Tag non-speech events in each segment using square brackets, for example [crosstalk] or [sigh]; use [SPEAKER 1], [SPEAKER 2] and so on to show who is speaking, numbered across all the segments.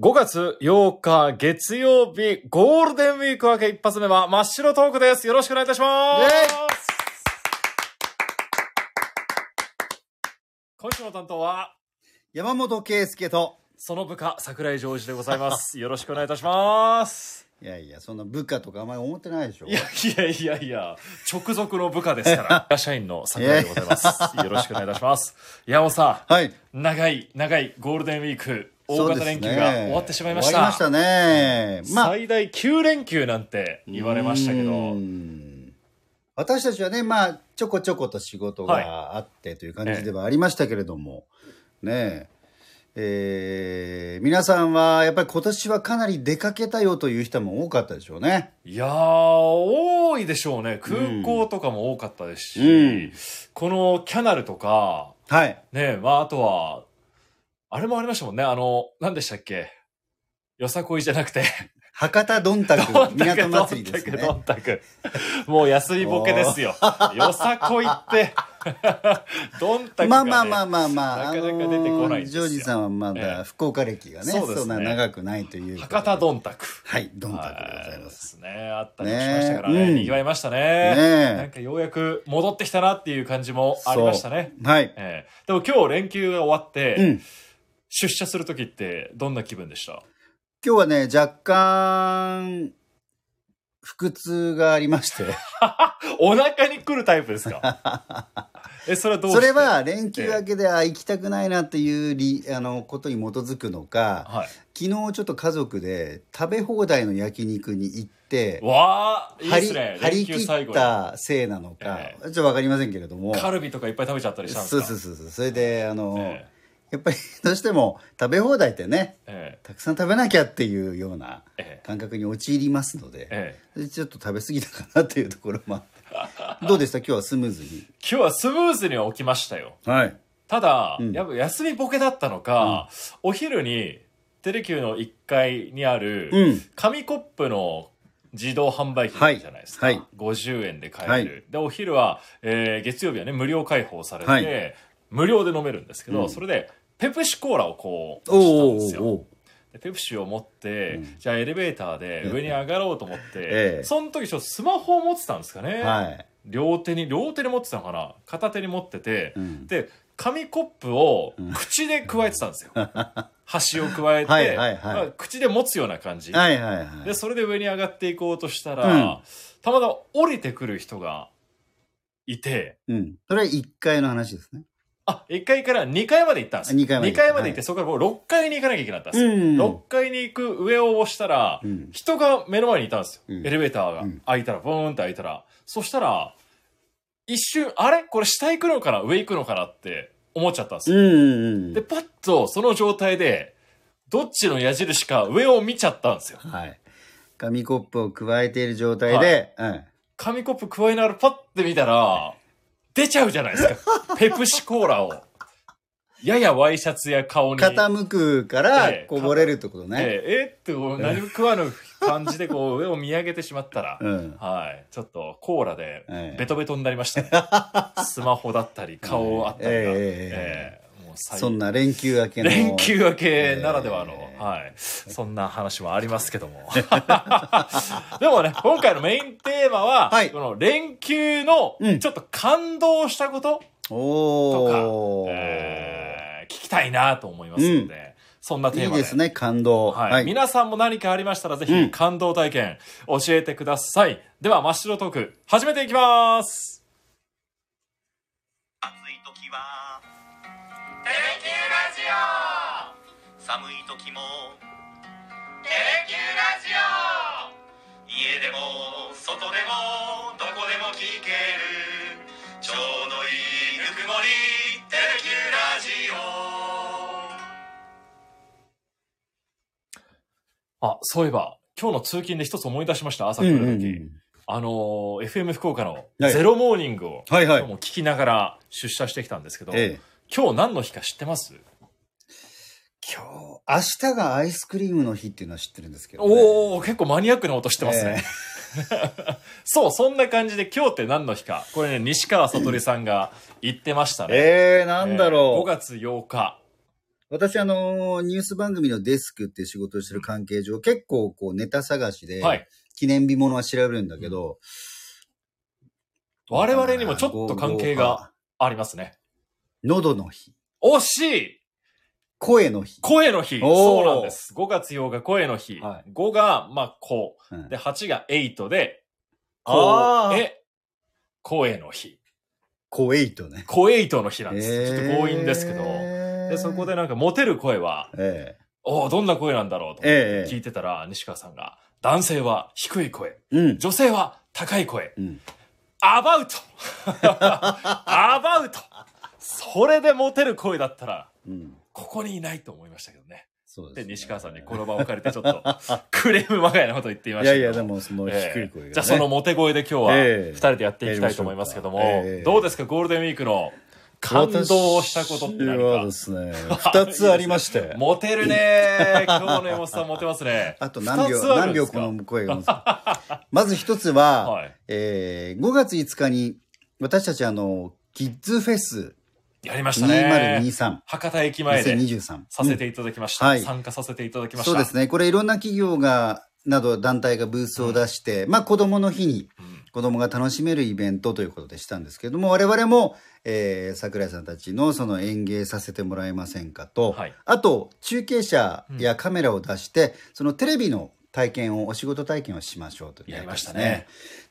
[SPEAKER 1] 5月8日月曜日ゴールデンウィーク明け一発目は真っ白トークです。よろしくお願いいたします。今週の担当は、
[SPEAKER 2] 山本圭介と。
[SPEAKER 1] その部下、桜井ジョージでございます。よろしくお願いいたします。
[SPEAKER 2] いやいや、そんな部下とかあんまり思ってないでしょ。
[SPEAKER 1] いやいやいやいや、直属の部下ですから、 [laughs] 社員の桜井でございます。よろしくお願いいたします。山本さん、
[SPEAKER 2] はい。
[SPEAKER 1] 長い長いゴールデンウィーク、大
[SPEAKER 2] そうで
[SPEAKER 1] 型
[SPEAKER 2] す
[SPEAKER 1] 連
[SPEAKER 2] ね
[SPEAKER 1] 休が終わってしまいまし
[SPEAKER 2] 終わり
[SPEAKER 1] た。
[SPEAKER 2] ましたね。まあ、
[SPEAKER 1] 最大9連休なんて言われましたけ
[SPEAKER 2] う
[SPEAKER 1] ど
[SPEAKER 2] ー、ん。私たちはね、まあ、ちょこちょこと仕事があってという感じではありましたけれども、ねえ。えー皆さんはやっぱり今年はかなり出かけたよという人も多かったでしょうね。
[SPEAKER 1] いやー、多いでしょうね。空港とかも多かったですし、
[SPEAKER 2] うん
[SPEAKER 1] このキャナルとか、
[SPEAKER 2] はい。
[SPEAKER 1] ねまああとは、あれもありましたもんね。あの、何でしたっけよさこいじゃなくて、
[SPEAKER 2] 博多どんたく
[SPEAKER 1] [laughs]
[SPEAKER 2] 港祭りですね。
[SPEAKER 1] どんたくもう安いボケです
[SPEAKER 2] [laughs]
[SPEAKER 1] よ。よさこいって、 [laughs] どんたく
[SPEAKER 2] ま
[SPEAKER 1] が
[SPEAKER 2] あ
[SPEAKER 1] ね
[SPEAKER 2] まあまあまあまあ、
[SPEAKER 1] なかなか出てこないん
[SPEAKER 2] あのー
[SPEAKER 1] です
[SPEAKER 2] ジ
[SPEAKER 1] よ
[SPEAKER 2] ョージさんはまだ福岡歴がね、
[SPEAKER 1] そうですね
[SPEAKER 2] そんな長くないということで。
[SPEAKER 1] 博多どんたく。
[SPEAKER 2] はい、どんたくでご
[SPEAKER 1] は
[SPEAKER 2] ざ
[SPEAKER 1] い
[SPEAKER 2] いま。
[SPEAKER 1] ですすね。あったりもしましたから
[SPEAKER 2] ね
[SPEAKER 1] ね。
[SPEAKER 2] うん
[SPEAKER 1] にぎわいましたね
[SPEAKER 2] ねえ
[SPEAKER 1] なんかようやく戻ってきたなっていう感じもありましたね。
[SPEAKER 2] はい。
[SPEAKER 1] ええでも今日連休が終わって、
[SPEAKER 2] うん。
[SPEAKER 1] 出社するときってどんな気分でした
[SPEAKER 2] 今日はね、若干、腹痛がありまして、
[SPEAKER 1] お腹に来るタイプですか
[SPEAKER 2] [laughs]
[SPEAKER 1] え、それ [laughs] はどうして
[SPEAKER 2] それ、は連休明けで、あ、行きたくないなっていうりあのことに基づくのか、
[SPEAKER 1] はい。
[SPEAKER 2] 昨日ちょっと家族で食べ放題の焼肉に行って、
[SPEAKER 1] わあいい
[SPEAKER 2] 張
[SPEAKER 1] で
[SPEAKER 2] り
[SPEAKER 1] すね。
[SPEAKER 2] 張
[SPEAKER 1] 連
[SPEAKER 2] り
[SPEAKER 1] 休
[SPEAKER 2] 切
[SPEAKER 1] 最
[SPEAKER 2] っ
[SPEAKER 1] 後に。
[SPEAKER 2] たせいなのか、
[SPEAKER 1] え
[SPEAKER 2] ちょっとわかりませんけれども。
[SPEAKER 1] カルビとかいっぱい食べちゃったりしたんです
[SPEAKER 2] そう
[SPEAKER 1] か
[SPEAKER 2] そう
[SPEAKER 1] う
[SPEAKER 2] そうそうそれであの、
[SPEAKER 1] え
[SPEAKER 2] やっぱりどうしても食べ放題ってね
[SPEAKER 1] え
[SPEAKER 2] たくさん食べなきゃっていうような
[SPEAKER 1] ええ
[SPEAKER 2] 感覚に陥りますので、
[SPEAKER 1] ええ
[SPEAKER 2] ちょっと食べ過ぎたかなっていうところもあっ
[SPEAKER 1] [laughs]
[SPEAKER 2] てどうでした今日はスムーズに
[SPEAKER 1] 今日はスムーズには起きましたよ。
[SPEAKER 2] はい
[SPEAKER 1] ただ、
[SPEAKER 2] うん
[SPEAKER 1] やっぱ休みボケだったのか、お昼にテレキューの1階にある、
[SPEAKER 2] うん
[SPEAKER 1] 紙コップの自動販売機があるじゃないですか、
[SPEAKER 2] はいはい
[SPEAKER 1] 50円で買える、
[SPEAKER 2] はい
[SPEAKER 1] でお昼は、えー月曜日はね無料開放されて、
[SPEAKER 2] はい
[SPEAKER 1] 無料で飲めるんですけど、
[SPEAKER 2] うん
[SPEAKER 1] それでペプシコーラをこう
[SPEAKER 2] お
[SPEAKER 1] 押した
[SPEAKER 2] お
[SPEAKER 1] んですよ
[SPEAKER 2] お
[SPEAKER 1] でペプシを持って、
[SPEAKER 2] うん
[SPEAKER 1] じゃあエレベーターで上に上がろうと思って、
[SPEAKER 2] ええ
[SPEAKER 1] その時ちょっとスマホを持ってたんですかね、
[SPEAKER 2] おはい、
[SPEAKER 1] 両手に両手に持ってたのかな片手に持ってて、
[SPEAKER 2] うん
[SPEAKER 1] で紙コップを口でくわえてたんです
[SPEAKER 2] [laughs]
[SPEAKER 1] よ、端をくわえて
[SPEAKER 2] はいはいはい
[SPEAKER 1] まあ口で持つような感じ、
[SPEAKER 2] はいはいはい
[SPEAKER 1] でそれで上に上がっていこうとしたら、
[SPEAKER 2] うん
[SPEAKER 1] たまたま降りてくる人がいて
[SPEAKER 2] うん、それは1階の話ですね
[SPEAKER 1] あ1階から2階まで行ったんですよ
[SPEAKER 2] 二階まで
[SPEAKER 1] 二階まで行って、
[SPEAKER 2] はい
[SPEAKER 1] そこから6階に行かなきゃいけなかったんですよ、
[SPEAKER 2] うん
[SPEAKER 1] 6階に行く上を押したら、
[SPEAKER 2] うん
[SPEAKER 1] 人が目の前にいたんですよ、
[SPEAKER 2] うん
[SPEAKER 1] エレベーターが
[SPEAKER 2] うん
[SPEAKER 1] 開いたらボーンって開いたらそしたら一瞬あれこれ下行くのかな上行くのかなって思っちゃったんですよ
[SPEAKER 2] うんうんう
[SPEAKER 1] で、
[SPEAKER 2] ん
[SPEAKER 1] パッとその状態で、どっちの矢印か上を見ちゃったんですよ。
[SPEAKER 2] はい紙コップを加えている状態で、うん
[SPEAKER 1] 紙コップ加えながらパッて見たら、出ちゃうじゃないです
[SPEAKER 2] [laughs]
[SPEAKER 1] か。ペプシコーラを。ややワイシャツや顔に。
[SPEAKER 2] 傾くから
[SPEAKER 1] ええ
[SPEAKER 2] こぼれるってことね、
[SPEAKER 1] えええってこう何も食わぬ感じでこう上を見上げてしまったら、
[SPEAKER 2] うん
[SPEAKER 1] はい。ちょっとコーラで
[SPEAKER 2] ええ
[SPEAKER 1] ベトベトになりましたね、
[SPEAKER 2] [laughs]
[SPEAKER 1] スマホだったり顔あったりが。
[SPEAKER 2] ええええ
[SPEAKER 1] ええもう最
[SPEAKER 2] そんな連休明けの
[SPEAKER 1] 連休明けならではの、
[SPEAKER 2] えー
[SPEAKER 1] はい。そんな話もありますけども。 [laughs] でもね、今回のメインテーマは、
[SPEAKER 2] はい
[SPEAKER 1] この連休の
[SPEAKER 2] うん
[SPEAKER 1] ちょっと感動したこと
[SPEAKER 2] お
[SPEAKER 1] と
[SPEAKER 2] お、
[SPEAKER 1] か、えー聞きたいなと思いますので、
[SPEAKER 2] うん
[SPEAKER 1] そんなテー
[SPEAKER 2] いい
[SPEAKER 1] マで。
[SPEAKER 2] ですね感動
[SPEAKER 1] はい、
[SPEAKER 2] はい、
[SPEAKER 1] 皆さんも何かありましたら、ぜ
[SPEAKER 2] う
[SPEAKER 1] ひ
[SPEAKER 2] ん
[SPEAKER 1] 感動体験教えてください。では、真っ白トーク、始めていきます。
[SPEAKER 3] 暑い時は「テレキューラジオ」寒い時も「テレキューラジオ」家でも外でもどこでも聞けるちょうどいいぬくもり「テレキューラジオ」
[SPEAKER 1] あ、そういえば、今日の通勤で一つ思い出しました、朝
[SPEAKER 2] う
[SPEAKER 1] 来
[SPEAKER 2] ん
[SPEAKER 1] る
[SPEAKER 2] うんう
[SPEAKER 1] 時。
[SPEAKER 2] ん
[SPEAKER 1] あのー FM 福岡の
[SPEAKER 2] はい
[SPEAKER 1] ゼロモーニングを、
[SPEAKER 2] はいは
[SPEAKER 1] 今日
[SPEAKER 2] い、
[SPEAKER 1] も聞きながら出社してきたんですけど、
[SPEAKER 2] ええ、
[SPEAKER 1] 今日何の日か知ってます、
[SPEAKER 2] 今日明日がアイスクリームの日っていうのは知ってるんですけど、ね、
[SPEAKER 1] お
[SPEAKER 2] お
[SPEAKER 1] お結構マニアックな音してますね。 [laughs] そう、そんな感じで今日って何の日か。これね、西川さとりさんが言ってましたね。
[SPEAKER 2] えー、なんだ
[SPEAKER 1] えー5
[SPEAKER 2] ろう、
[SPEAKER 1] 月8日。
[SPEAKER 2] 私、あのーニュース番組のデスクっていう仕事をしてる関係上、結構こうネタ探しで、
[SPEAKER 1] はい。
[SPEAKER 2] 記念日ものは調べるんだけど、
[SPEAKER 1] 我々にもちょっと関係がありますね。
[SPEAKER 2] 喉の日、
[SPEAKER 1] 惜しい
[SPEAKER 2] 声の日。
[SPEAKER 1] 声の日
[SPEAKER 2] お
[SPEAKER 1] そ
[SPEAKER 2] ー
[SPEAKER 1] うなんです。5月8日声の日。
[SPEAKER 2] は
[SPEAKER 1] 5が、まあ、こ
[SPEAKER 2] う
[SPEAKER 1] う。
[SPEAKER 2] ん
[SPEAKER 1] で、8が8で、
[SPEAKER 2] あー
[SPEAKER 1] こうえ、声の日。
[SPEAKER 2] 声糸ね。
[SPEAKER 1] 声8の日なんです。
[SPEAKER 2] えー
[SPEAKER 1] ちょっと強引ですけど。で、そこで、なんか、モテる声は、
[SPEAKER 2] え
[SPEAKER 1] おおどんな声なんだろうと思って
[SPEAKER 2] ええ
[SPEAKER 1] 聞いてたら、西川さんが、男性は低い声、
[SPEAKER 2] えうん。
[SPEAKER 1] 女性は高い声、
[SPEAKER 2] うん
[SPEAKER 1] アバウ [laughs] トアバウトそれでモテる声だったら、
[SPEAKER 2] うん。
[SPEAKER 1] ここにいないと思いましたけどね。
[SPEAKER 2] そう
[SPEAKER 1] で、
[SPEAKER 2] ですね。
[SPEAKER 1] 西川さんにこの場を借りてちょっと、 [laughs] クレームまがいなこと言っていま
[SPEAKER 2] い
[SPEAKER 1] した
[SPEAKER 2] や
[SPEAKER 1] け
[SPEAKER 2] い
[SPEAKER 1] ど。
[SPEAKER 2] や、でもその
[SPEAKER 1] ええ
[SPEAKER 2] 低い声が、ね
[SPEAKER 1] じゃあその、モテ声で今日は、
[SPEAKER 2] ええ
[SPEAKER 1] 二人でやっていきたいと思いますけども、
[SPEAKER 2] やりましょうかええ
[SPEAKER 1] どうですか、ゴールデンウィークの感動したことって
[SPEAKER 2] 私
[SPEAKER 1] 何
[SPEAKER 2] はで
[SPEAKER 1] か。
[SPEAKER 2] すね、二つありまして。
[SPEAKER 1] モテる
[SPEAKER 2] [laughs]
[SPEAKER 1] ね今日の山本さんモテますね。
[SPEAKER 2] あと何
[SPEAKER 1] 二
[SPEAKER 2] 秒、
[SPEAKER 1] つある
[SPEAKER 2] 何
[SPEAKER 1] んで
[SPEAKER 2] 秒
[SPEAKER 1] すか
[SPEAKER 2] この声が持つ。 [laughs] まず一つは、
[SPEAKER 1] はい。
[SPEAKER 2] えー5月5日に、私たちあの、キッズフェス
[SPEAKER 1] やりましたね。
[SPEAKER 2] 2023、
[SPEAKER 1] 博多駅前で
[SPEAKER 2] 2023。
[SPEAKER 1] させていただきました。
[SPEAKER 2] うんはい
[SPEAKER 1] 参加させていただきました。
[SPEAKER 2] そうですね。これいろんな企業が、など団体がブースを出して、まあ子供の日に
[SPEAKER 1] うん
[SPEAKER 2] 子供が楽しめるイベントということでしたんですけれども、我々も、えー、桜井さんたちのその演芸させてもらえませんかと、
[SPEAKER 1] はい
[SPEAKER 2] あと中継車やカメラを出して、そのテレビの体験を、お仕事体験をしましょうという
[SPEAKER 1] やりました
[SPEAKER 2] やつです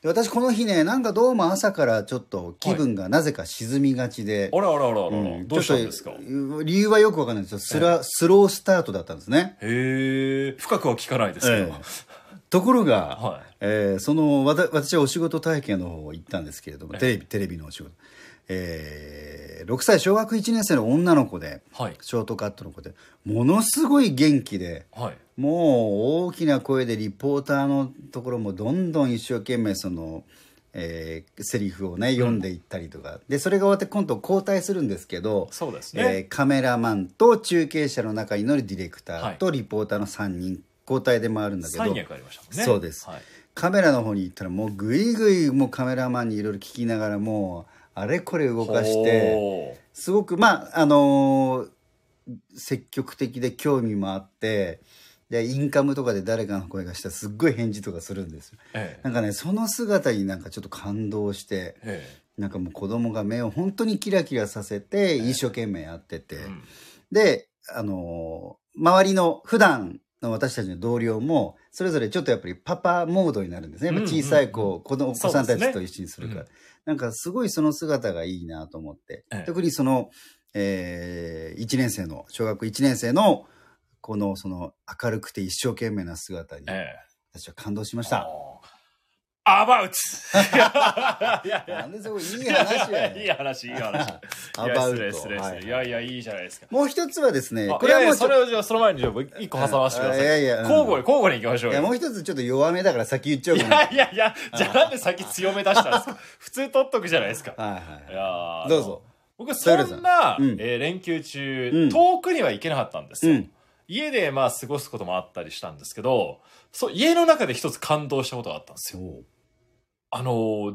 [SPEAKER 1] ね。。
[SPEAKER 2] で私この日ね、なんかどうも朝からちょっと気分がなぜか沈みがちで、
[SPEAKER 1] あらあらあらあら、
[SPEAKER 2] うん
[SPEAKER 1] どうしたんですか
[SPEAKER 2] ちょっと理由はよくわかんないんですよ。スラ、スロースタートだったんですね。
[SPEAKER 1] へえ、深くは聞かないですけど。
[SPEAKER 2] ええところが、
[SPEAKER 1] は
[SPEAKER 2] えーそのわた私はお仕事体験の方行ったんですけれども、
[SPEAKER 1] ええ
[SPEAKER 2] テレビテレビのお仕事、えー6歳小学1年生の女の子で
[SPEAKER 1] い。はい。
[SPEAKER 2] ショートカットの子でものすごい元気で
[SPEAKER 1] はい。
[SPEAKER 2] もう大きな声でリポーターのところもどんどん一生懸命その、えーセリフをね読んでいったりとか、でそれが終わって今度交代するんですけど、
[SPEAKER 1] そうです
[SPEAKER 2] え
[SPEAKER 1] ね。
[SPEAKER 2] ーカメラマンと中継者の中に乗るディレクタ
[SPEAKER 1] は
[SPEAKER 2] ー
[SPEAKER 1] い
[SPEAKER 2] とリポーターの3人交代で回るんだけど、
[SPEAKER 1] 三役ありましたもんね。
[SPEAKER 2] そうです
[SPEAKER 1] はい。
[SPEAKER 2] カメラの方に行ったらもうぐいぐいもうカメラマンにいろいろ聞きながらもうあれこれ動かして
[SPEAKER 1] ほう
[SPEAKER 2] すごくまああのー積極的で興味もあってでインカムとかで誰かの声がしたらすっごい返事とかするんですよ
[SPEAKER 1] ええ
[SPEAKER 2] なんかねその姿になんかちょっと感動して
[SPEAKER 1] え
[SPEAKER 2] なんかもう子供が目を本当にキラキラさせて一生懸命やってて、
[SPEAKER 1] えうん
[SPEAKER 2] で、あのー周りの普段の私たちの同僚も、それぞれちょっとやっぱりパパモードになるんですね。やっぱ小さい子、
[SPEAKER 1] うんうん
[SPEAKER 2] 子供、お子さんた
[SPEAKER 1] そうです
[SPEAKER 2] ち
[SPEAKER 1] ね
[SPEAKER 2] と一緒にするから。
[SPEAKER 1] うん
[SPEAKER 2] なんかすごいその姿がいいなと思って。
[SPEAKER 1] ええ
[SPEAKER 2] 特にその、えー、1年生の、小学1年生の、この、その、明るくて一生懸命な姿に、
[SPEAKER 1] ええ
[SPEAKER 2] 私は感動しました。
[SPEAKER 1] おーアバ
[SPEAKER 2] [laughs]
[SPEAKER 1] ウトいやいや
[SPEAKER 2] なんでそこいい話や
[SPEAKER 1] い
[SPEAKER 2] ね
[SPEAKER 1] い話、いい話。
[SPEAKER 2] ア
[SPEAKER 1] いや
[SPEAKER 2] バウ
[SPEAKER 1] 失礼、
[SPEAKER 2] ト。
[SPEAKER 1] 失礼、失
[SPEAKER 2] は
[SPEAKER 1] 礼。
[SPEAKER 2] い
[SPEAKER 1] いやいや、いいじゃないですか。
[SPEAKER 2] もう一つはですね、
[SPEAKER 1] あ
[SPEAKER 2] こ
[SPEAKER 1] い
[SPEAKER 2] れは
[SPEAKER 1] やい
[SPEAKER 2] もう
[SPEAKER 1] や、
[SPEAKER 2] ち
[SPEAKER 1] そ
[SPEAKER 2] ょっ
[SPEAKER 1] れ
[SPEAKER 2] と、
[SPEAKER 1] をじゃあその前に、じゃあ僕一個挟ませてください。
[SPEAKER 2] あいやいやうん
[SPEAKER 1] 交互に、交互に行きましょう
[SPEAKER 2] い
[SPEAKER 1] よ。
[SPEAKER 2] やもう一つちょっと弱めだから先言っちゃおう
[SPEAKER 1] い
[SPEAKER 2] かな。
[SPEAKER 1] やいやいや、じゃあなんで先強め出したんですか普通取っとくじゃないですか。
[SPEAKER 2] はい
[SPEAKER 1] い
[SPEAKER 2] は
[SPEAKER 1] やー
[SPEAKER 2] い。どうぞ。。
[SPEAKER 1] 僕、そ
[SPEAKER 2] トイレ
[SPEAKER 1] んな、
[SPEAKER 2] うん
[SPEAKER 1] えー連休中、
[SPEAKER 2] うん
[SPEAKER 1] 遠くには行けなかったんです
[SPEAKER 2] う
[SPEAKER 1] よ。
[SPEAKER 2] ん。
[SPEAKER 1] 家で、まあ、過ごすこともあったりしたんですけど、そう、家の中で一つ感動したことがあったんですよ。あのー、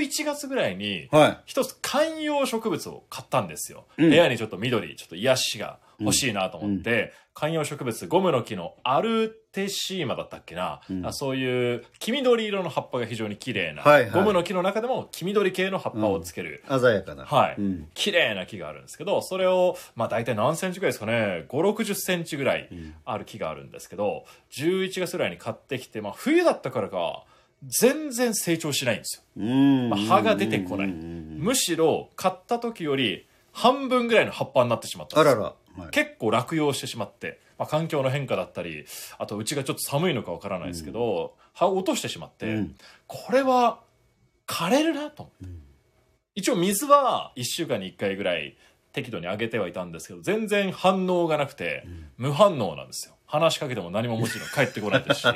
[SPEAKER 1] 11月ぐらいに、
[SPEAKER 2] は
[SPEAKER 1] 一つ観葉植物を買ったんですよ。
[SPEAKER 2] うん
[SPEAKER 1] 部屋にちょっと緑、ちょっと癒しが欲しいなと思って、観葉植物、ゴムの木のアルテシーマだったっけな、
[SPEAKER 2] うん
[SPEAKER 1] あそういう黄緑色の葉っぱが非常に綺麗な、
[SPEAKER 2] はいはい
[SPEAKER 1] ゴムの木の中でも黄緑系の葉っぱをつける、
[SPEAKER 2] い。鮮やかな。
[SPEAKER 1] はい
[SPEAKER 2] うん。
[SPEAKER 1] 綺麗な木があるんですけど、それを、まあ大体何センチぐらいですかね、5、60センチぐらいある木があるんですけど、11月ぐらいに買ってきて、まあ冬だったからか、全然成長しないんですよ。
[SPEAKER 2] うん
[SPEAKER 1] まあ葉が出てこない
[SPEAKER 2] む
[SPEAKER 1] むしろ買った時より半分ぐらいの葉っぱになってしまった
[SPEAKER 2] あ
[SPEAKER 1] んです
[SPEAKER 2] ら
[SPEAKER 1] よ
[SPEAKER 2] ら。はい
[SPEAKER 1] 結構落葉してしまって、まあ、環境の変化だったりあとうちがちょっと寒いのかわからないですけど、葉を落としてしまって、
[SPEAKER 2] うん
[SPEAKER 1] これは枯れるなと思って、
[SPEAKER 2] うん
[SPEAKER 1] 一応水は1週間に1回ぐらい適度にあげてはいたんですけど全然反応がなくて、無反応なんですよ話しかけても何ももちろん返ってこない
[SPEAKER 2] [laughs]
[SPEAKER 1] ですし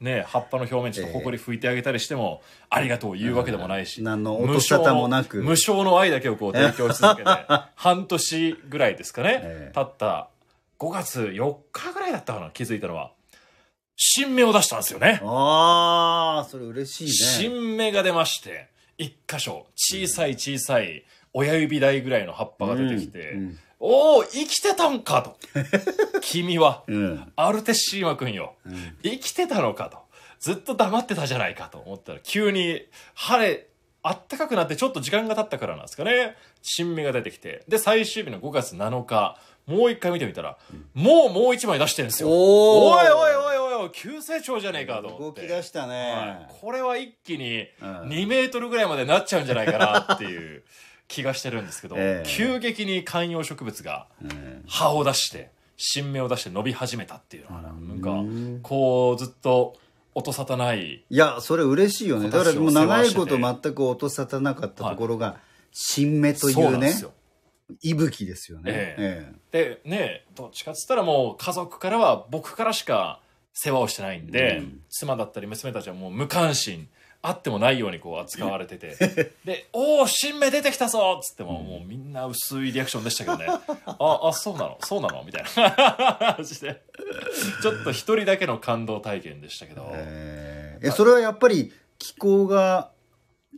[SPEAKER 1] ね葉っぱの表面ちょっとほこり拭いてあげたりしても、ありがとう言うわけでもないし、
[SPEAKER 2] 何の落とし方もなく。
[SPEAKER 1] 無償の無償の愛だけをこう提供し続け
[SPEAKER 2] [laughs]
[SPEAKER 1] て半年ぐらいですかね、
[SPEAKER 2] ええ
[SPEAKER 1] 経った5月4日ぐらいだったかな気づいたのは新芽を出したんですよね
[SPEAKER 2] ああ、それ嬉しいね。
[SPEAKER 1] 新芽が出まして一箇所小さい小さい親指大ぐらいの葉っぱが出てきて、
[SPEAKER 2] うんうん
[SPEAKER 1] おお、生きてたんか
[SPEAKER 2] [laughs]
[SPEAKER 1] と。君は、
[SPEAKER 2] うん。
[SPEAKER 1] アルテシーマ君よ、生きてたのかと。ずっと黙ってたじゃないかと思ったら、急に晴れ、あったかくなってちょっと時間が経ったからなんですかね。新芽が出てきて。で、最終日の5月7日、もう一回見てみたら、もうもう一枚出してるんですよ。
[SPEAKER 2] おー
[SPEAKER 1] いおいおいおいおい、急成長じゃねえかと思
[SPEAKER 2] 動
[SPEAKER 1] って。
[SPEAKER 2] き出したね
[SPEAKER 1] は。いこれは一気に
[SPEAKER 2] うん
[SPEAKER 1] 2メートルぐらいまでなっちゃうんじゃないかなっていう気がしてるんですけど、
[SPEAKER 2] ええ
[SPEAKER 1] 急激に観葉植物が
[SPEAKER 2] うん
[SPEAKER 1] 葉を出して新芽を出して伸び始めたっていうのはななんか
[SPEAKER 2] うん
[SPEAKER 1] こうずっと音沙汰ない
[SPEAKER 2] いや、それ嬉しいよね。
[SPEAKER 1] 今
[SPEAKER 2] だから
[SPEAKER 1] 年
[SPEAKER 2] も
[SPEAKER 1] お
[SPEAKER 2] う
[SPEAKER 1] 世
[SPEAKER 2] 長
[SPEAKER 1] 話し
[SPEAKER 2] い
[SPEAKER 1] てて
[SPEAKER 2] こと全く音沙汰なかったところが、新芽とい
[SPEAKER 1] そうな
[SPEAKER 2] うん
[SPEAKER 1] で
[SPEAKER 2] ね
[SPEAKER 1] す、よ。
[SPEAKER 2] 息吹ですよね。
[SPEAKER 1] え
[SPEAKER 2] え
[SPEAKER 1] でねどっちかっつったらもう家族からは僕からしか世話をしてないんで、
[SPEAKER 2] うん
[SPEAKER 1] 妻だったり娘たちはもう無関心あってもないようにこう扱われててで「おお新芽出てきたぞ!」っつっても、もうみんな薄いリアクションでしたけどね [laughs] 「ああそうなのそうな [laughs] の?」みたいな感じでちょっと一人だけの感動体験でしたけど、
[SPEAKER 2] ええそれはやっぱり気候が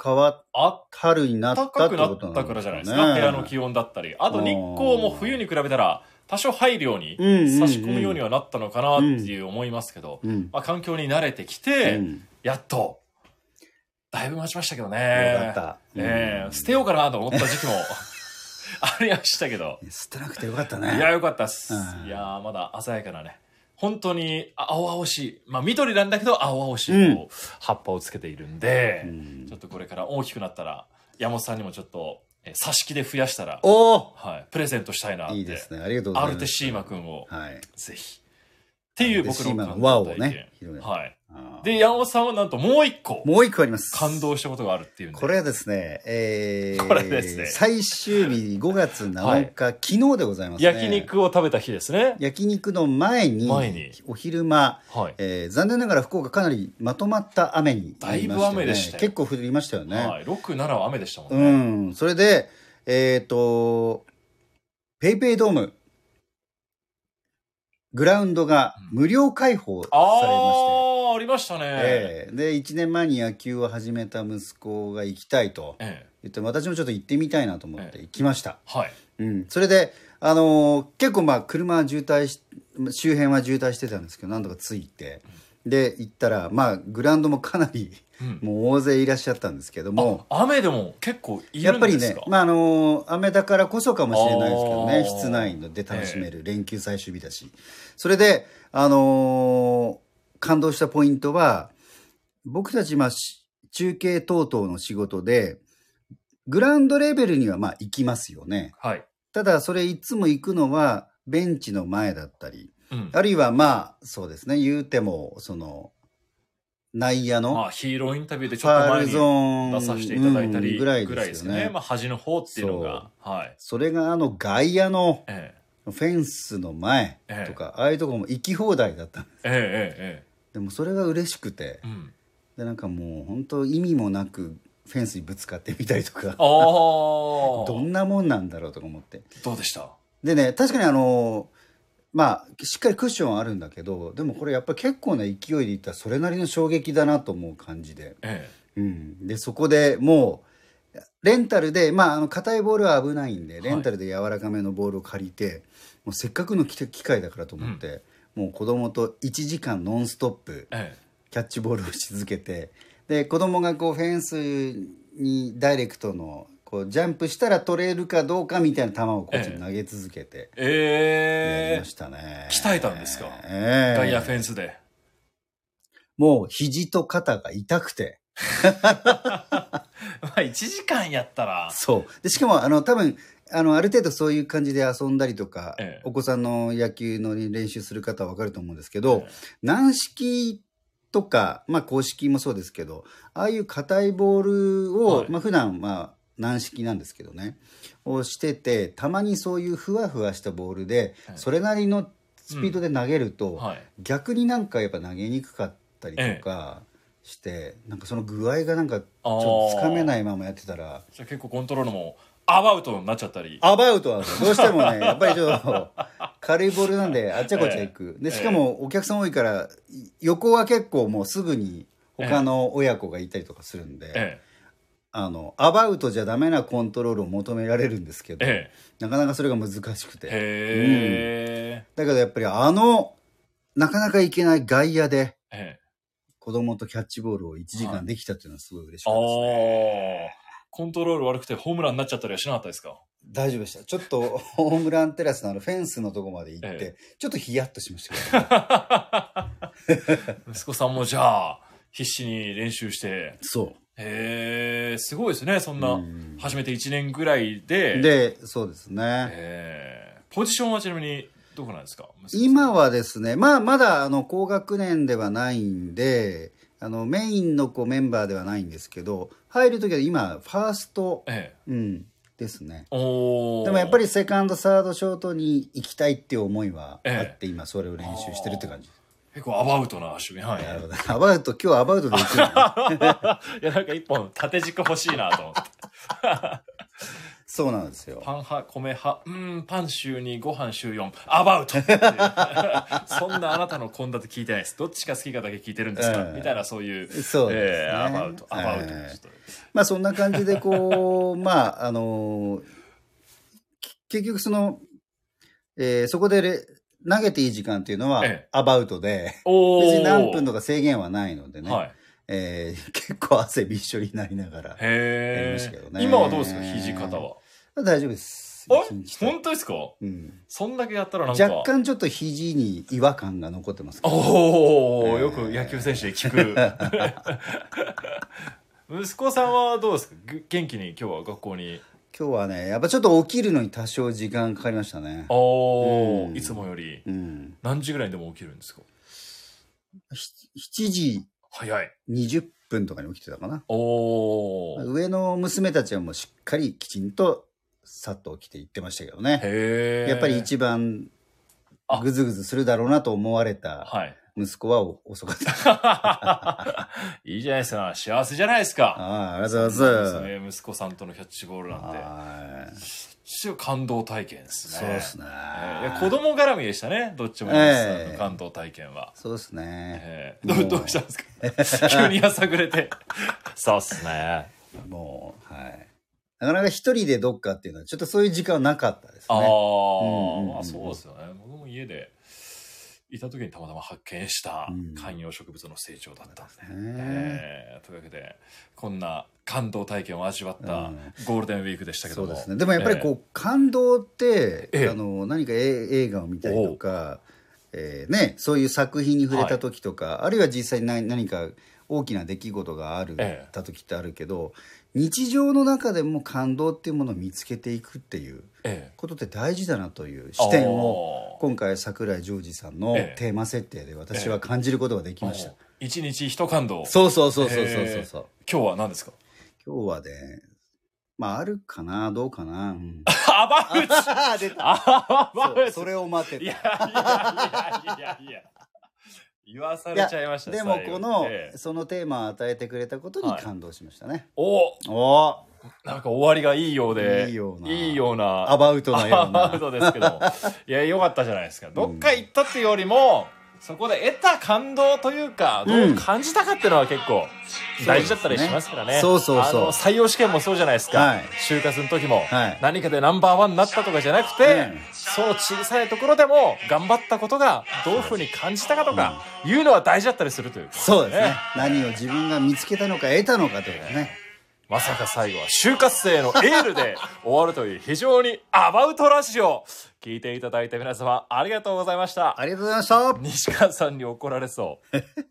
[SPEAKER 2] 変わっ
[SPEAKER 1] あっ
[SPEAKER 2] 春になった
[SPEAKER 1] 暖
[SPEAKER 2] ってこ
[SPEAKER 1] か
[SPEAKER 2] と
[SPEAKER 1] くなんったから
[SPEAKER 2] なですかね。
[SPEAKER 1] じゃないですか、部屋の気温だったりあと日光も冬に比べたら多少入るように
[SPEAKER 2] うんうんうん
[SPEAKER 1] 差し込むようにはなったのかなっていう思いますけど、
[SPEAKER 2] うん。
[SPEAKER 1] まあ、環境に慣れてき
[SPEAKER 2] う
[SPEAKER 1] て、
[SPEAKER 2] ん
[SPEAKER 1] やっとだいぶ待ちましたけどね
[SPEAKER 2] よかったうん
[SPEAKER 1] ええ捨てようかなと思った時期も [laughs] ありましたけど
[SPEAKER 2] 吸ってなくてよかった
[SPEAKER 1] い
[SPEAKER 2] ね。
[SPEAKER 1] やよかったっす、
[SPEAKER 2] うん
[SPEAKER 1] いやーまだ鮮やかなね本当に青々しい、まあ、緑なんだけど青々しい、
[SPEAKER 2] うん
[SPEAKER 1] こう葉っぱをつけているんで、
[SPEAKER 2] うん
[SPEAKER 1] ちょっとこれから大きくなったら、山本さんにもちょっと、えー挿し木で増やしたら、
[SPEAKER 2] おお
[SPEAKER 1] はい、プレゼントしたいなって。
[SPEAKER 2] いいですね。ありがとうご
[SPEAKER 1] ア
[SPEAKER 2] ざいま
[SPEAKER 1] ル
[SPEAKER 2] す。
[SPEAKER 1] テシーマ君を、
[SPEAKER 2] はい。
[SPEAKER 1] ぜひ。っていう僕の
[SPEAKER 2] アルテシーマの輪をね
[SPEAKER 1] 感動体験
[SPEAKER 2] 広げて
[SPEAKER 1] はい。
[SPEAKER 2] あー
[SPEAKER 1] で、山本さんはなんともう一個、
[SPEAKER 2] もう一個あります。
[SPEAKER 1] 感動したことがあるっていうんで。
[SPEAKER 2] これはですね、えー
[SPEAKER 1] これですね
[SPEAKER 2] 最終日5月7日、
[SPEAKER 1] はい
[SPEAKER 2] 昨日でございますね。
[SPEAKER 1] 焼。肉を食べた日ですね。
[SPEAKER 2] 焼肉の前に、
[SPEAKER 1] 前に
[SPEAKER 2] お昼間、
[SPEAKER 1] はい。
[SPEAKER 2] えー残念ながら福岡かなりまとまった雨になりましたよね
[SPEAKER 1] だいぶ雨でしたよ
[SPEAKER 2] 結構降りましたよね。
[SPEAKER 1] はい。6、7は雨でしたもん
[SPEAKER 2] う
[SPEAKER 1] ね。
[SPEAKER 2] ん。それで、えっ、と、ペイペイドーム、グラウンドが無料開放されまして、
[SPEAKER 1] ああ、ありましたね。え
[SPEAKER 2] ええで1年前に野球を始めた息子が行きたいと
[SPEAKER 1] え
[SPEAKER 2] 言って私もちょっと行ってみたいなと思って行きました、
[SPEAKER 1] はい。
[SPEAKER 2] うん、それで、あのー結構まあ車は渋滞し周辺は渋滞してたんですけどなんとか着いてで行ったらまあグラウンドもかなり [laughs]
[SPEAKER 1] うん
[SPEAKER 2] もう大勢いらっしゃったんですけども、
[SPEAKER 1] あ雨でも結構い
[SPEAKER 2] や
[SPEAKER 1] る
[SPEAKER 2] っ
[SPEAKER 1] ん
[SPEAKER 2] ぱり
[SPEAKER 1] です
[SPEAKER 2] ね
[SPEAKER 1] か、
[SPEAKER 2] まああのー雨だからこそかもしれないですけど
[SPEAKER 1] あ
[SPEAKER 2] ね
[SPEAKER 1] ー
[SPEAKER 2] 室内ので楽しめる連休最終日だしそれで、あのー感動したポイントは僕たち、まあ、し中継等々の仕事でグラウンドレベルにはまあ行きますよね
[SPEAKER 1] はい。
[SPEAKER 2] ただそれいつも行くのはベンチの前だったり
[SPEAKER 1] うん。
[SPEAKER 2] あるいはまあそうですね言うてもその内野の
[SPEAKER 1] まあ、ヒーローインタビューでち
[SPEAKER 2] フ
[SPEAKER 1] ょっと
[SPEAKER 2] ァー
[SPEAKER 1] 前
[SPEAKER 2] ル
[SPEAKER 1] に
[SPEAKER 2] ゾーン
[SPEAKER 1] 出させていただいた
[SPEAKER 2] う
[SPEAKER 1] り
[SPEAKER 2] ん
[SPEAKER 1] ぐ
[SPEAKER 2] ぐ
[SPEAKER 1] ら
[SPEAKER 2] ら
[SPEAKER 1] い
[SPEAKER 2] いで
[SPEAKER 1] です
[SPEAKER 2] す
[SPEAKER 1] よ
[SPEAKER 2] よ
[SPEAKER 1] ね。
[SPEAKER 2] ね
[SPEAKER 1] まあ、端の方っていうのが。はい。
[SPEAKER 2] それがあの外野の
[SPEAKER 1] え
[SPEAKER 2] フェンスの前とか、ああいうとこも行き放題だった。
[SPEAKER 1] え、ええ、え
[SPEAKER 2] でもそれが嬉しくて
[SPEAKER 1] え。、うん。
[SPEAKER 2] でなんかもう本当意味もなくフェンスにぶつかってみたりとか
[SPEAKER 1] あ、あ。
[SPEAKER 2] どんなもんなんだろうとか思って。
[SPEAKER 1] どうでした
[SPEAKER 2] でね、確かにあのまあ、しっかりクッションはあるんだけどでもこれやっぱり結構な勢いでいったらそれなりの衝撃だなと思う感じで、
[SPEAKER 1] え
[SPEAKER 2] うん、でそこでもうレンタルでまああの硬いボールは危ないんでレンタルで柔らかめのボールを借りて、もうせっかくのき機会だからと思って、もう子供と1時間ノンストップ
[SPEAKER 1] え、え
[SPEAKER 2] キャッチボールをし続けてで子供がこうフェンスにダイレクトのこうジャンプしたら取れるかどうかみたいな球をこっちに投げ続けて
[SPEAKER 1] え。
[SPEAKER 2] やり
[SPEAKER 1] え
[SPEAKER 2] ましたね、
[SPEAKER 1] 鍛えたんですか
[SPEAKER 2] え
[SPEAKER 1] え。
[SPEAKER 2] え
[SPEAKER 1] ガイアフェンスで。 [laughs]
[SPEAKER 2] もう肘と肩が痛くて
[SPEAKER 1] まあ、1時間やったら。
[SPEAKER 2] そう。で、しかも、あの、多分、あの、ある程度そういう感じで遊んだりとか、
[SPEAKER 1] ええ
[SPEAKER 2] お子さんの野球の練習する方はわかると思うんですけど、
[SPEAKER 1] え
[SPEAKER 2] 軟式とか、まあ、公式もそうですけど、ああいう硬いボールを、
[SPEAKER 1] はい
[SPEAKER 2] まあ、普段、まあ、軟式なんですけどね、をしてて、たまにそういうふわふわしたボールで、
[SPEAKER 1] はい
[SPEAKER 2] それなりのスピードで投げると、
[SPEAKER 1] はい。
[SPEAKER 2] 逆になんかやっぱ投げにくかったりとかして、なんかその具合がなんか、ちょっとつかめないままやってたら、
[SPEAKER 1] じゃあ結構コントロールもアバウトになっちゃったり。
[SPEAKER 2] アバウトはどうしても
[SPEAKER 1] [laughs]
[SPEAKER 2] ね、やっぱりちょっと軽いボールなんであっちゃこっちゃ行く。で、しかもお客さん多いから、い横は結構もうすぐに他の親子がいたりとかするんで、
[SPEAKER 1] え
[SPEAKER 2] あのアバウトじゃダメなコントロールを求められるんですけど、
[SPEAKER 1] え
[SPEAKER 2] なかなかそれが難しく
[SPEAKER 1] え
[SPEAKER 2] て
[SPEAKER 1] へ
[SPEAKER 2] だけどやっぱりあのなかなか行けない外野で
[SPEAKER 1] えええ
[SPEAKER 2] 子供とキャッチボールを1時間できたっていうのはすごい嬉し
[SPEAKER 1] あ
[SPEAKER 2] かったですね、
[SPEAKER 1] ーコントロール悪くてホームランになっちゃったりはしなかったですか
[SPEAKER 2] 大丈夫でしたちょっと [laughs] ホームランテラスのあのフェンスのとこまで行って、
[SPEAKER 1] え
[SPEAKER 2] ちょっとヒヤッとしましたけど
[SPEAKER 1] 息子さんもじゃあ必死に練習して
[SPEAKER 2] そ
[SPEAKER 1] へえすごいですねそん
[SPEAKER 2] う
[SPEAKER 1] な、
[SPEAKER 2] うん
[SPEAKER 1] 初めて1年ぐらいで
[SPEAKER 2] でそうですね
[SPEAKER 1] えーポジションはちなみにどこなんですか
[SPEAKER 2] 今はですねまあまだあの高学年ではないんであのメインのこうメンバーではないんですけど入る時は今ファースト、
[SPEAKER 1] え
[SPEAKER 2] うん、ですね
[SPEAKER 1] えお
[SPEAKER 2] でもやっぱ
[SPEAKER 1] り
[SPEAKER 2] りセカンドサードショートに行きたいっていう思いはあ
[SPEAKER 1] ええ
[SPEAKER 2] って今それを練習してるって感じ、
[SPEAKER 1] 結構アバウトな趣味
[SPEAKER 2] [laughs]
[SPEAKER 1] 範囲
[SPEAKER 2] なるほどアバウト今日はアバウトで行くのね
[SPEAKER 1] いやなんか一本縦軸欲しいなと思って
[SPEAKER 2] そうなんですよ
[SPEAKER 1] パン派米派うーんパン週2ご飯週4アバウトっていう [laughs] そんなあなたの献立聞いてないですどっちが好きかだけ聞いてるんですか、
[SPEAKER 2] ええ
[SPEAKER 1] みたいなそういう
[SPEAKER 2] そうですね
[SPEAKER 1] ええアバウトアバウト
[SPEAKER 2] ええ
[SPEAKER 1] ちょっと
[SPEAKER 2] まあそんな感じで
[SPEAKER 1] [laughs]
[SPEAKER 2] こうまああのーき結局その、えーそこでレ投げていい時間っていうのは
[SPEAKER 1] ええ
[SPEAKER 2] アバウトで、
[SPEAKER 1] おー
[SPEAKER 2] 別に何分とか制限はないのでね、
[SPEAKER 1] はい
[SPEAKER 2] えー結構汗びっしょりになりながらやり
[SPEAKER 1] へ
[SPEAKER 2] ましたけど
[SPEAKER 1] え、
[SPEAKER 2] ね
[SPEAKER 1] 今はどうですか肘肩は
[SPEAKER 2] 大丈夫です
[SPEAKER 1] あ
[SPEAKER 2] 一日と
[SPEAKER 1] 本当ですか
[SPEAKER 2] うん、
[SPEAKER 1] そんだけやったらなんか
[SPEAKER 2] 若干ちょっと肘に違和感が残ってますけど
[SPEAKER 1] おお、
[SPEAKER 2] えー
[SPEAKER 1] よく野球選手で聞く [laughs] 息子さんはどうですかぐ元気に今日は学校に
[SPEAKER 2] 今日はねやっぱちょっと起きるのに多少時間かかりましたね
[SPEAKER 1] おお、
[SPEAKER 2] うん
[SPEAKER 1] いつもより
[SPEAKER 2] うん
[SPEAKER 1] 何時ぐらいにでも起きるんですか
[SPEAKER 2] ひ7時
[SPEAKER 1] 早い
[SPEAKER 2] 20分とかに起きてたかな
[SPEAKER 1] おお、
[SPEAKER 2] 上の娘たちはもうしっかりきちんとさっと起きて行ってましたけどね
[SPEAKER 1] へえ
[SPEAKER 2] やっぱり一番
[SPEAKER 1] あ
[SPEAKER 2] ぐずぐずするだろうなと思われた
[SPEAKER 1] はい [laughs]
[SPEAKER 2] 息子はお遅かった
[SPEAKER 1] いいじゃないですか幸せじゃないですか
[SPEAKER 2] ああありがとうございます
[SPEAKER 1] 娘息子さんとのキャッチボールなんて
[SPEAKER 2] はい
[SPEAKER 1] 一応感動体験ですね
[SPEAKER 2] そうですね
[SPEAKER 1] えーいや子供絡みでしたねどっちも皆さんの感動体験は、
[SPEAKER 2] そうですね
[SPEAKER 1] えーどうどうしたんですか急にやさぐれてそうっすね
[SPEAKER 2] [laughs] もうはいなかなか一人でどっかっていうのはちょっとそういう時間はなかったです
[SPEAKER 1] ああ、
[SPEAKER 2] ねうんうんうん
[SPEAKER 1] まあそうですよね僕も家でいた時にたまたま発見した
[SPEAKER 2] うん
[SPEAKER 1] 観葉植物の成長だったんで、
[SPEAKER 2] ね
[SPEAKER 1] えーというわけでこんな感動体験を味わった
[SPEAKER 2] うん
[SPEAKER 1] ゴールデンウィークでしたけ
[SPEAKER 2] そ
[SPEAKER 1] ど
[SPEAKER 2] う
[SPEAKER 1] も、
[SPEAKER 2] ですねでもやっぱりこう、感動って、
[SPEAKER 1] ええ
[SPEAKER 2] あの何かえ映画を見たりとか、えーね、そういう作品に触れた時とか、あるいは実際に何何か大きな出来事がある、
[SPEAKER 1] ええ
[SPEAKER 2] た時ってあるけど日常の中でも感動っていうものを見つけていくっていう
[SPEAKER 1] え
[SPEAKER 2] ことって大事だなという
[SPEAKER 1] ー
[SPEAKER 2] 視点を今回桜井ジョージさんの
[SPEAKER 1] ええ
[SPEAKER 2] テーマ設定で私は感じることができました、
[SPEAKER 1] もう一日一感動
[SPEAKER 2] そうそうそうそうそうそうそう、
[SPEAKER 1] 今日は何ですか
[SPEAKER 2] 今日はねまああるかなどうかな、うん
[SPEAKER 1] アバウト
[SPEAKER 2] あ [laughs] ー出た
[SPEAKER 1] アバ
[SPEAKER 2] そう
[SPEAKER 1] ウト
[SPEAKER 2] それを待って
[SPEAKER 1] い
[SPEAKER 2] た
[SPEAKER 1] やいやいやいやいや言わされちゃいました
[SPEAKER 2] でも
[SPEAKER 1] 最後
[SPEAKER 2] この、
[SPEAKER 1] ええ
[SPEAKER 2] そのテーマを与えてくれたことに
[SPEAKER 1] はい
[SPEAKER 2] 感動しましたね、
[SPEAKER 1] お
[SPEAKER 2] おお
[SPEAKER 1] なんか終わりがいいようで
[SPEAKER 2] いいようない
[SPEAKER 1] いような
[SPEAKER 2] アバウトなよう
[SPEAKER 1] [laughs] アバウ
[SPEAKER 2] な
[SPEAKER 1] トですけどもいや良かったじゃないですかどっか行ったっていうよりも、そこで得た感動というかどう感じたかっていうのは結構大事だったりしますからね
[SPEAKER 2] そうですねそうそうそう
[SPEAKER 1] あの採用試験もそうじゃないですか、
[SPEAKER 2] はい
[SPEAKER 1] 就活の時も、
[SPEAKER 2] はい
[SPEAKER 1] 何かでナンバーワンになったとかじゃなくて、
[SPEAKER 2] うん
[SPEAKER 1] その小さいところでも頑張ったことがどういうふうに感じたかとかいうのは大事だったりするということ
[SPEAKER 2] そうですね何を自分が見つけたのか得たのかというね
[SPEAKER 1] まさか最後は就活生のエールで終わるという非常にアバウトラジオ聞いていただいた皆様ありがとうございました
[SPEAKER 2] ありがとうございました
[SPEAKER 1] 西川さんに怒られそう